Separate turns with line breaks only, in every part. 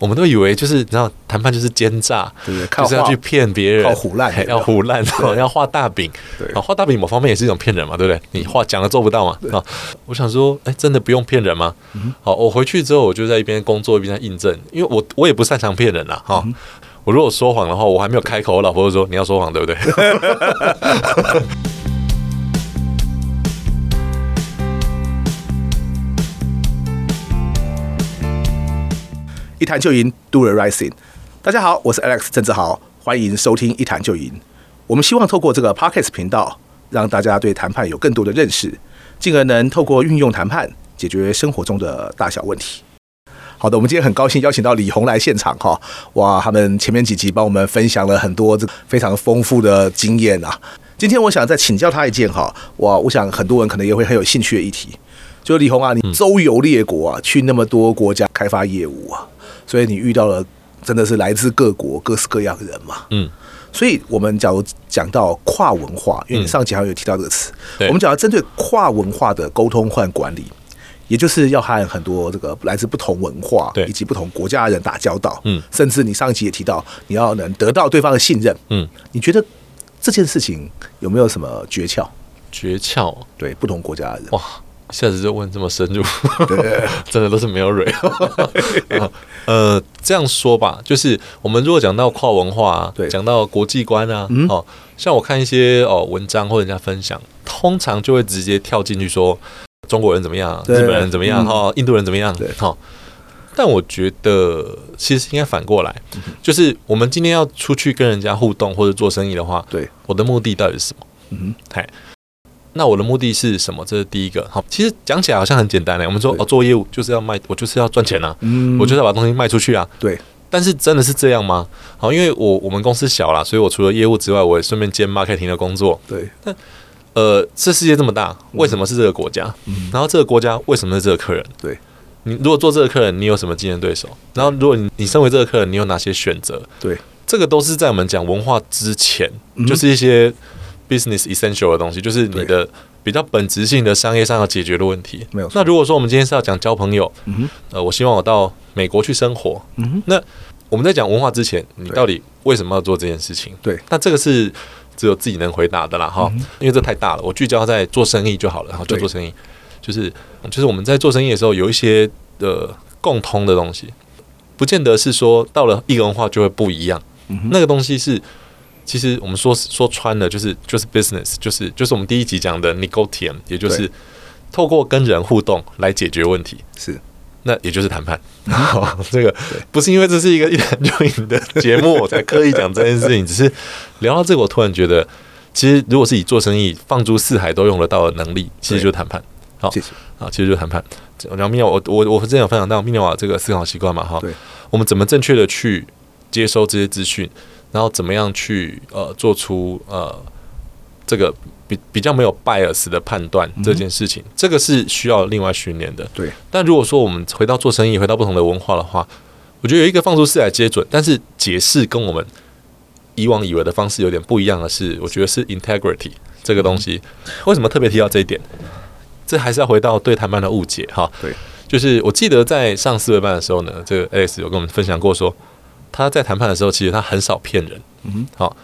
我们都以为就是你知道谈判就是奸诈，
对对靠
就是要
画
去骗别人，
靠唬烂
嘿要唬烂，然后要画大饼，
对
然后画大饼某方面也是一种骗人嘛，对不对？你画讲了做不到嘛，啊，我想说，哎，真的不用骗人吗？
嗯
好，我回去之后我就在一边工作一边在印证，因为我我也不擅长骗人啦，
嗯
哈。我如果说谎的话，我还没有开口，我老婆就说你要说谎，对不 对？
一谈就赢，Do the right thing。大家好，我是 Alex 郑志豪，欢迎收听一谈就赢。我们希望透过这个 Podcast 频道，让大家对谈判有更多的认识，进而能透过运用谈判解决生活中的大小问题。好的，我们今天很高兴邀请到李红来现场哈，哇，他们前面几集帮我们分享了很多这个非常丰富的经验啊。今天我想再请教他一件哈，哇，我想很多人可能也会很有兴趣的议题，就李红啊，
嗯
你周游列国啊，去那么多国家开发业务啊，所以你遇到了真的是来自各国各式各样的人嘛。
嗯，
所以我们假如讲到跨文化，因为你上集好像有提到这个词，
嗯对
我们讲到针对跨文化的沟通和管理，也就是要和很多这个来自不同文化
对
以及不同国家的人打交道。
嗯
甚至你上集也提到，你要能得到对方的信任。
嗯，
你觉得这件事情有没有什么诀窍？
诀窍
对不同国家的人，
哇，一下子就问这么深入， 真的都是没有 蕊。啊呃，这样说吧，就是我们如果讲到跨文化、啊
对，
讲到国际观啊，
嗯
哦，像我看一些哦文章或人家分享，通常就会直接跳进去说中国人怎么样，
对
日本人怎么样，
嗯
哈、印度人怎么样
对，
哈、但我觉得其实应该反过来，
嗯
就是我们今天要出去跟人家互动或者做生意的话，
对，
我的目的到底是什么？
嗯
那我的目的是什么？这是第一个。好，其实讲起来好像很简单嘞。我们说
对
哦，做业务就是要卖，我就是要赚钱啊，
嗯
我就是要把东西卖出去啊。
对，
但是真的是这样吗？好，因为我我们公司小啦，所以我除了业务之外，我也顺便兼 marketing 的工作。
对，
呃，这世界这么大，
嗯
为什么是这个国家？然后这个国家为什么是这个客人？
对，
你如果做这个客人，你有什么竞争对手？然后如果你你身为这个客人，你有哪些选择？
对，
这个都是在我们讲文化之前，
嗯
就是一些 business essential 的东西，就是你
对
的比较本质性的商业上要解决的问题。
没有错
那如果说我们今天是要讲交朋友，
嗯哼
呃，我希望我到美国去生活，
嗯哼
那我们在讲文化之前，你
对
到底为什么要做这件事情？
对嗯
那这个是只有自己能回答的啦，哈、因为这太大了，我聚焦在做生意就好了，然后就
对
做生意，就是就是我们在做生意的时候有一些呃共通的东西，不见得是说到了一个文化就会不一样，
嗯
那个东西是。其实我们说说穿了，就是就是 business，就是就是我们第一集讲的 negotiation，也就是
对
透过跟人互动来解决问题。
是
那也就是谈判。好，这个不是因为这是一个一谈就赢的节目，我才刻意讲这件事情。只是聊到这个，我突然觉得，其实如果是以做生意放诸四海都用得到的能力，其实就是谈判。好
谢谢。
啊，其实就是谈判。然后密涅瓦，我我我之前有分享到密涅瓦这个思考习惯嘛，哈
对，
我们怎么正确的去接收这些资讯，然后怎么样去呃做出呃这个比比较没有 bias 的判断这件事情，这个是需要另外训练的。
对，
但如果说我们回到做生意，回到不同的文化的话，我觉得有一个放出四海皆准，但是解释跟我们以往以为的方式有点不一样的是，我觉得是 integrity 这个东西。为什么特别提到这一点？这还是要回到对谈判的误解哈。
对，
就是我记得在上四位班的时候呢，这个 Alex 有跟我们分享过说，他在谈判的时候其实他很少骗人。
嗯，
好。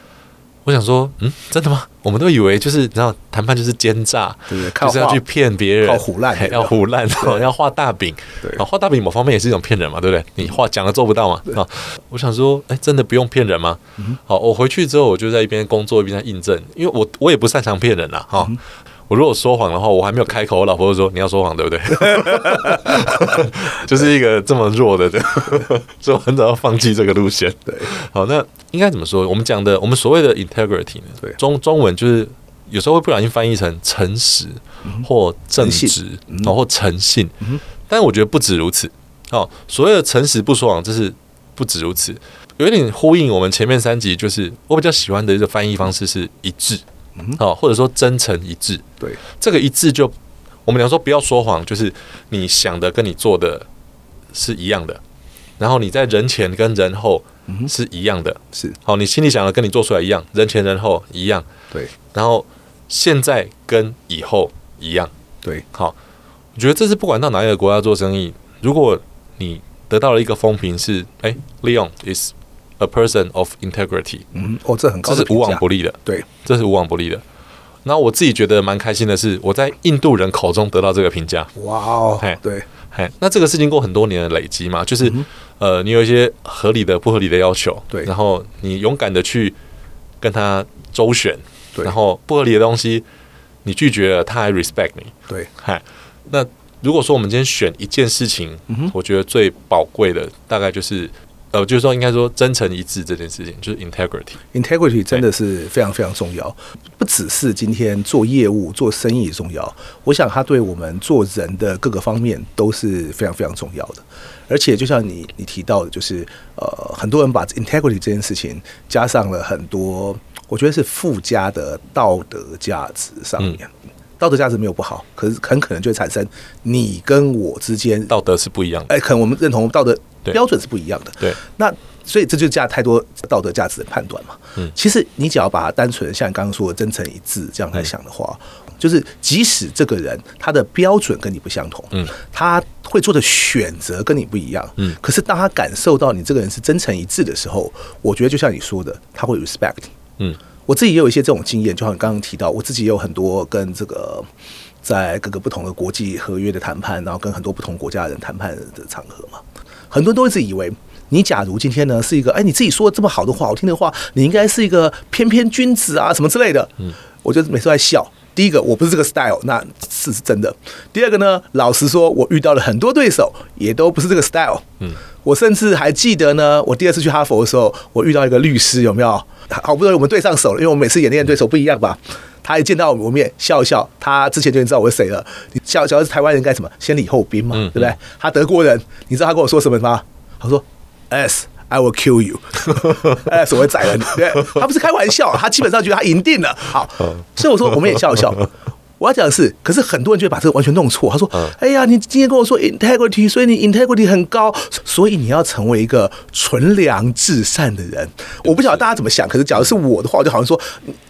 我想说，嗯，真的吗？我们都以为就是，你知道，谈判就是奸诈，
对对靠
就是要
画
去骗别人，
靠唬烂
嘿
人
要唬烂，然后要画大饼，
对嗯
啊，画大饼某方面也是一种骗人嘛，对不对？你画讲了做不到嘛，啊，我想说，哎，真的不用骗人吗？
嗯
好，我回去之后我就在一边工作一边在印证，因为我我也不擅长骗人啦，
嗯
哈。我如果说谎的话，我还没有开口，我老婆就说你要说谎，对不对？就是一个这么弱的 人，所以我很早要放弃这个路线。
对，
好，那应该怎么说？我们讲的，我们所谓的 integrity 呢？
对
中中文就是有时候会不小心翻译成诚实或正
嗯诚
直
信，嗯
然后或诚信。但我觉得不止如此。哦，所谓的诚实不说谎，这是不止如此，有一点呼应我们前面三集，就是我比较喜欢的一个翻译方式是一致，哦，或者说真诚一致。
嗯对，
这个一致就我们讲说不要说谎，就是你想的跟你做的是一样的，然后你在人前跟人后是一样的。
嗯是
好，你心里想的跟你做出来一样，人前人后一样，
对，
然后现在跟以后一样。
对，
好，我觉得这是不管到哪一个国家做生意，如果你得到了一个风评是，哎，Leon is a person of integrity，
嗯，哦，这很高
这
的
是
评
无
价，
往不利的，
对，
这是无往不利的。那我自己觉得蛮开心的是，我在印度人口中得到这个评价。
哇哦
嘿，
对，
嘿，那这个是经过很多年的累积嘛，就是、呃，你有一些合理的、不合理的要求，
嗯对
然后你勇敢的去跟他周旋，
对
然后不合理的东西你拒绝了，他还 respect 你，
对，
嗨，那如果说我们今天选一件事情，
嗯
我觉得最宝贵的大概就是，呃，就是说应该说真诚一致这件事情，就是 integrity。
integrity 真的是非常非常重要，不只是今天做业务、做生意重要，我想它对我们做人的各个方面都是非常非常重要的。而且就像你你提到的，就是呃，很多人把 integrity 这件事情加上了很多，我觉得是附加的道德价值上面。道德价值没有不好，可是很可能就会产生你跟我之间
道德是不一样的。
哎，可能我们认同道德
对
标准是不一样的。
对
那所以这就加太多道德价值的判断嘛。嗯，其实你只要把它单纯像你刚刚说的真诚一致这
嗯
样来想的话，就是即使这个人他的标准跟你不相同，
嗯，
他会做的选择跟你不一样，
嗯
可是当他感受到你这个人是真诚一致的时候，我觉得就像你说的，他会 respect 你。
嗯
我自己也有一些这种经验，就像你刚刚提到，我自己也有很多跟这个在各个不同的国际合约的谈判，然后跟很多不同国家的人谈判的场合嘛，很多人都一直以为。你假如今天呢是一个，哎，你自己说这么好的话，好听的话，你应该是一个翩翩君子啊，什么之类的。嗯，我就每次都在笑。第一个，我不是这个 style，那是是真的。第二个呢，老实说，我遇到了很多对手，也都不是这个 style。嗯，我甚至还记得呢，我第二次去哈佛的时候，我遇到一个律师，有没有？好不容易我们对上手了，因为我们每次演练对手不一样吧。他一见到我面笑一笑，他之前就已经知道我是谁了。你笑笑是台湾人该什么？先礼后兵嘛，对不对？他德国人，你知道他跟我说什么吗？他说 S。I will kill you，哎，所谓宰人，对他不是开玩笑，他基本上觉得他赢定了。好，所以我说我们也笑一笑。我要讲的是，可是很多人就会把这个完全弄错。他说：“哎呀，你今天跟我说 integrity，所以你 integrity 很高，所以你要成为一个纯良至善的人。”我不晓得大家怎么想，可是假如是我的话，我就好像说，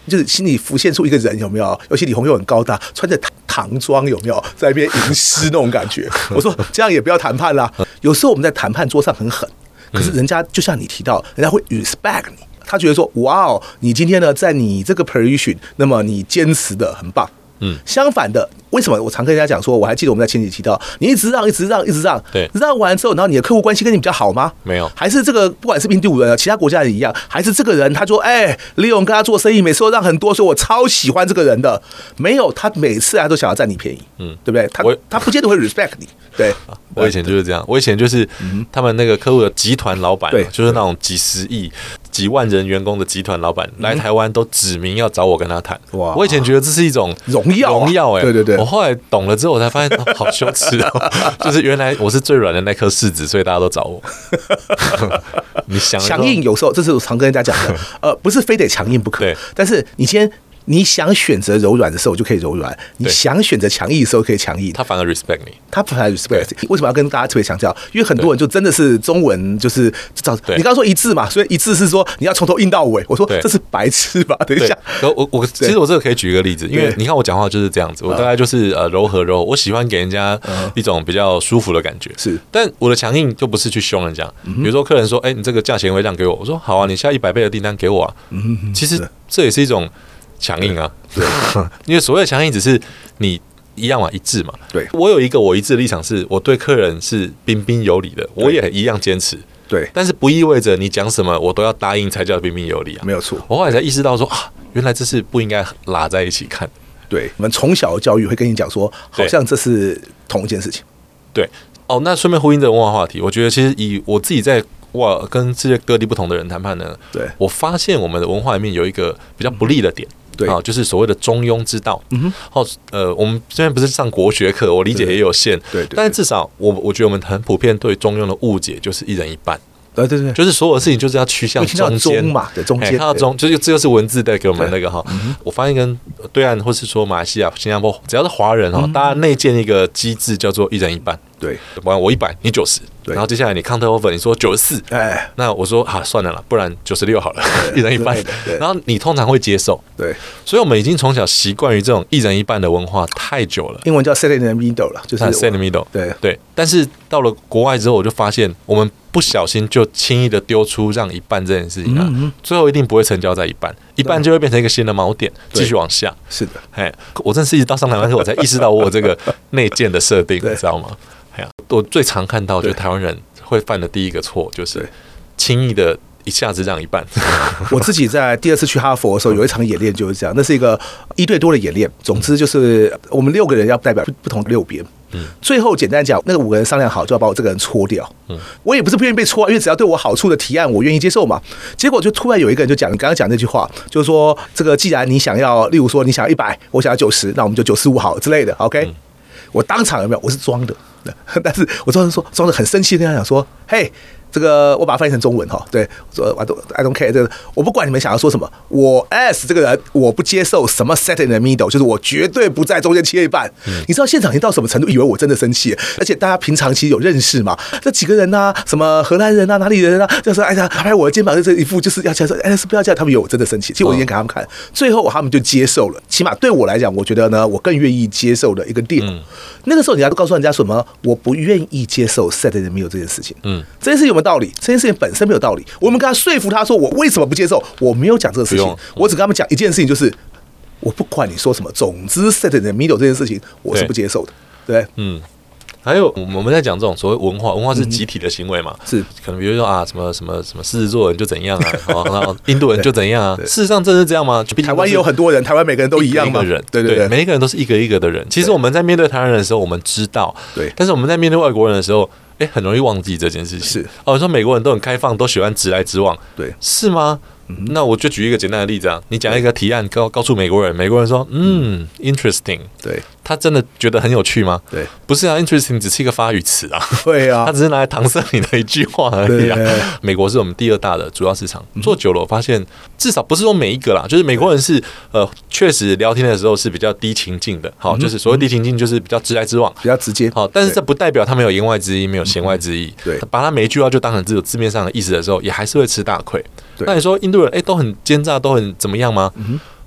就是心里浮现出一个人有没有？尤其李红又很高大，穿着唐唐装有没有，在那边吟诗那种感觉？我说这样也不要谈判啦。有时候我们在谈判桌上很狠，可
嗯
是人家就像你提到，人家会 respect 你。他觉得说，哇哦，你今天呢，在你这个 position，那么你坚持的很棒。
嗯，
相反的，为什么我常跟人家讲说，我还记得我们在前几集提到，你一直让，一直让，一直让，
对
让完之后，然后你的客户关系跟你比较好吗？
没有
还是这个不管是印度人啊，其他国家也一样，还是这个人他说，哎、李勇跟他做生意，每次都让很多，所以我超喜欢这个人的。没有，他每次啊他都想要占你便宜，嗯，对不对？他
我
他不见得会 respect 你，对， 嗯
我以前就是这样，我以前就是他们那个客户的集团老板
对
嘛，就是那种几十亿、几万人员工的集团老板来台湾都指名要找我跟他谈。
嗯哇
我以前觉得这是一种
荣耀啊
荣耀哎，
对对对
我后来懂了之后，我才发 现、哦好羞耻哦，就是原来我是最软的那颗柿子，所以大家都找 我。你想了之后
强硬有时候，这是我常跟人家讲的，呃，不是非得强硬不可
对。
但是你今天你想选择柔软的时候，就可以柔软；你
对
想选择强硬的时候，可以强硬。
他反而 respect 你。
他本来 respect，为什么要跟大家特别强调？因为很多人就真的是中文就是找
对
你刚刚说一致嘛，所以一致是说你要从头硬到尾。我说
对
这是白痴吧？等一
对
下，，
可我我其实我这个可以举一个例子，因为你看我讲话就是这样子，
啊
我大概就是呃柔和柔和，我喜欢给人家一种比较舒服的感觉。
是嗯
但我的强硬就不是去凶人家，比如说客人说：“哎，你这个价钱会这样给我？”我说：“好啊，你下一百倍的订单给我啊。”
嗯
其实这也是一种强硬啊， 因为所谓的强硬只是你一样嘛，一致嘛。
对
我有一个我一致的立场是，我对客人是彬彬有礼的，我也一样坚持。
对，
但是不意味着你讲什么我都要答应才叫彬彬有礼啊。
没有错。
我后来才意识到说啊，原来这是不应该拉在一起看。
对，我们从小教育会跟你讲说，好
对
像这是同一件事情。
对，哦，那顺便呼应这个文化话题，我觉得其实以我自己在哇跟世界各地不同的人谈判呢，
对嗯
我发现我们的文化里面有一个比较不利的点。
对
啊，就是所谓的中庸之道。嗯哼，好，呃，我们虽然不是上国学课，我理解
对
也有限，
对对对
但是至少我我觉得我们很普遍对中庸的误解就是一人一半，
呃，对对 对，
就是所有事情就是要趋向
我听到
中间
中嘛对中间
哎看到
对
中，就是这就是文字带给我们
对嗯
那个哈。我发现跟对岸或是说马来西亚、新加
嗯
坡，只要是华人哈，大家内建一个机制叫做一人一半，
对
完我一百，你九十，
对
然后接下来你 counter offer，你说九十四，
哎，
那我说啊，算了啦，不然九十六好了， 一人一半
对对。对
然后你通常会接受，
对，
所以我们已经从小习惯于这种一人一半的文化太久了。
英文叫 set in the middle 了，就是
那
我
s e n d middle，
对
对，但是到了国外之后，我就发现我们不小心就轻易的丢出让一半这件事情啊，
嗯嗯
最后一定不会成交在一半，一半就会变成一个新的锚点，
对
继续往下。
是的，
哎，我真是一直到上台湾之后，我才意识到我有这个内建的设定，你
对
知道吗？哎呀，我最常看到就
对
台湾人会犯的第一个错就
对
是轻易的一下子让一半，
我自己在第二次去哈佛的时候，有一场演练就是这样，那是一个一对多的演练。总之就是我们六个人要代表不同六边。嗯，最后简单讲，那个五个人商量好就要把我这个人搓掉。嗯，我也不是不愿意被搓啊，因为只要对我好处的提案，我愿意接受嘛。结果就突然有一个人就讲，你刚刚讲那句话，就是说这个既然你想要，例如说你想要一百，我想要九十，那我们就九十五好之类的。OK，、我当场有没有？我是装的， 但是我装的说装的很生气，跟他讲说：“嘿，这个我把它翻译成中文哈，对，我说 I don't I don't care，这个我不管你们想要说什么，我 as 这个人我不接受什么 set in the middle，就是我绝对不在中间切一半。你知道现场已经到什么程度？以为我真的生气，而且大家平常其实有认识嘛，这几个人呐、什么荷兰人啊，哪里人啊，就是哎呀拍拍我的肩膀，就这一副就是要这样说，哎，是不要这样，他们有真的生气。其实我已经给他们
哦
看，最后他们就接受了。起码对我来讲，我觉得呢，我更愿意接受的一个 deal。那
嗯
个时候你要告诉人家什么？我不愿意接受 set in the middle 这件事情。嗯，这件事情有没有道理？这件事情本身没有道理。我们跟他说服他说我为什么不接受？我没有讲这个事
不
情
用，嗯
我只跟他们讲一件事情，就是我不管你说什么，总之 set in the middle 这件事情我是
对
不接受的。对，嗯，
还有我们在讲这种所谓文化，文化是集体的行为嘛？
是
可能比如说啊，什么什么什么狮子座人就怎样 啊，哦然后印度人就怎样啊。
对
事实上真的是这样吗？就毕竟
台湾
都
也
是
有很多人，台湾每个人都一样嘛。
个人，
对对对，
每一个人都是一个一个的人。其实我们在面对台湾人的时候，我们知道，
对
但是我们在面对外国人的时候，哎，很容易忘记这件事情。
是
哦，你说美国人都很开放，都喜欢直来直往，
对嗯
是吗？那我就举一个简单的例子啊，你讲一个提案告告诉美国人，美国人说，嗯，interesting，
对
他真的觉得很有趣吗？
对
不是啊，interesting 只是一个发语词啊，
对啊
它，只是拿来搪塞你的一句话而已啊
对。嗯
美国是我们第二大的主要市场，做久了我发现，至少不是说每一个啦，就是美国人是呃，确实聊天的时候是比较低情境的，好，就是所谓低情境就是比较直来直往。
嗯比较直接。
好，但是
对嗯
这不代表他没有言外之意，没有弦外之意。
对
把他每一句话就当成只有字面上的意思的时候，也还是会吃大亏。
对嗯
那你说印度人诶都很奸诈，都很怎么样吗？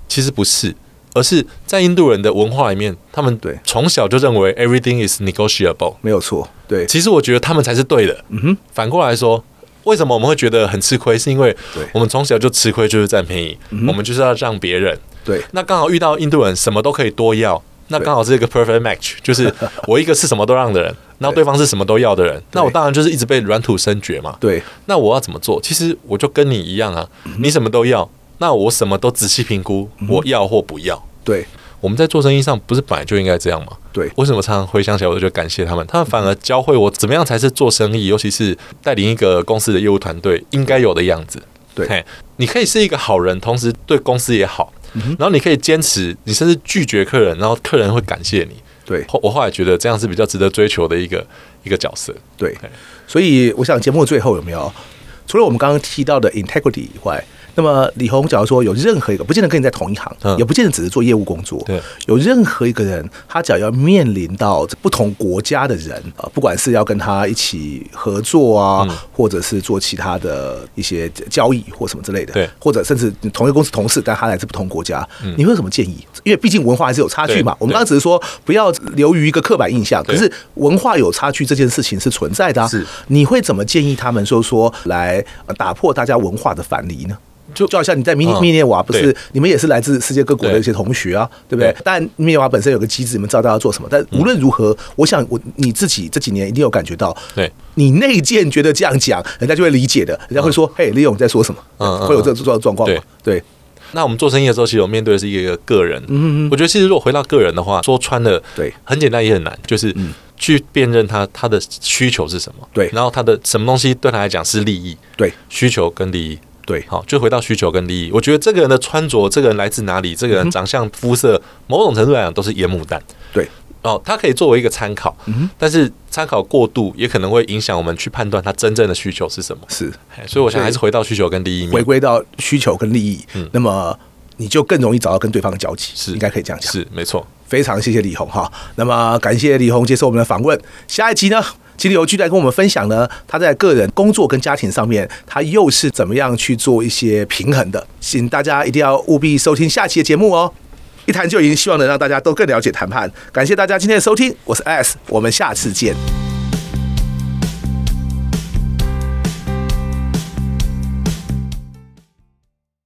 其实不是，而是在印度人的文化里面，他们
对
从小就认为 everything is negotiable，
没有错，对
其实我觉得他们才是对的。嗯哼，反过来说，为什么我们会觉得很吃亏？是因为
对
我们从小就吃亏就是占便宜，我们就是要让别人。
对
那刚好遇到印度人，什么都可以多要，那刚好是一个 perfect match，就是我一个是什么都让的人，那对方是什么都要的人，那我当然就是一直被软土生绝嘛。
对
那我要怎么做？其实我就跟你一样啊，你什么都要，那我什么都仔细评估，我要或不要。
对
我们在做生意上不是本来就应该这样吗？
对
为什么常常回想起来我就觉得感谢他们？他们反而教会我怎么样才是做生意，尤其是带领一个公司的业务团队应该有的样子。
对
嘿，你可以是一个好人，同时对公司也好，然后你可以坚持，你甚至拒绝客人，然后客人会感谢你。
对
后我后来觉得这样是比较值得追求的一个一个角色。
对，所以我想节目的最后有没有？除了我们刚刚提到的 integrity 以外，那么李红，假如说有任何一个，不见得跟你在同一行，
嗯
也不见得只是做业务工作，
对
有任何一个人，他只要要面临到不同国家的人啊、呃不管是要跟他一起合作啊，
嗯
或者是做其他的一些交易或什么之类的，
对嗯
或者甚至同一个公司同事，但他来自不同国家，你会有什么建议？因为毕竟文化还是有差距嘛
对。
我们
对
刚刚只是说不要流于一个刻板印象，可
对
是文化有差距这件事情是存在的、啊。
是
你会怎么建议他们说说来呃打破大家文化的藩篱呢？就
就
就好像你在密
嗯
密涅瓦，不是
对
你们也是来自世界各国的
对
一些同学啊，对不
对？
对
嗯
但密涅瓦本身有个机制，你们知道大家做什么。但无论如何，我想我你自己这几年一定有感觉到，
对，
你内建觉得这样讲，人家就会理解的，人家会说：“嘿，李勇你在说什么？”
嗯嗯
会有这种状况吗？对
那我们做生意的时候，其实我面对的是一个个人。嗯嗯，我觉得其实如果回到个人的话，说穿了，
对嗯
很简单也很难，就是去辨认他他的需求是什么，
对
然后他的什么东西对他来讲是利益，
对
需求跟利益。
对
好，就回到需求跟利益。我觉得这个人的穿着，这个人来自哪里，这
嗯
个人长相、肤色，某种程度来讲都是烟幕弹。
对
哦，它可以作为一个参考，
嗯
但是参考过度也可能会影响我们去判断他真正的需求是什么。
是。
嘿所以我想还是回到需求跟利益面
回。归到需求跟利益，那么你就更容易找到跟对方的交集，
嗯是
应该可以这样讲。
是没错。
非常谢谢李红哈，那么感谢李红接受我们的访问，下一集呢，今天由巨蛋跟我们分享呢，他在个人工作跟家庭上面，他又是怎么样去做一些平衡的？请大家一定要务必收听下期的节目哦。一谈就赢，希望能让大家都更了解谈判。感谢大家今天的收听，我是 S，我们下次见。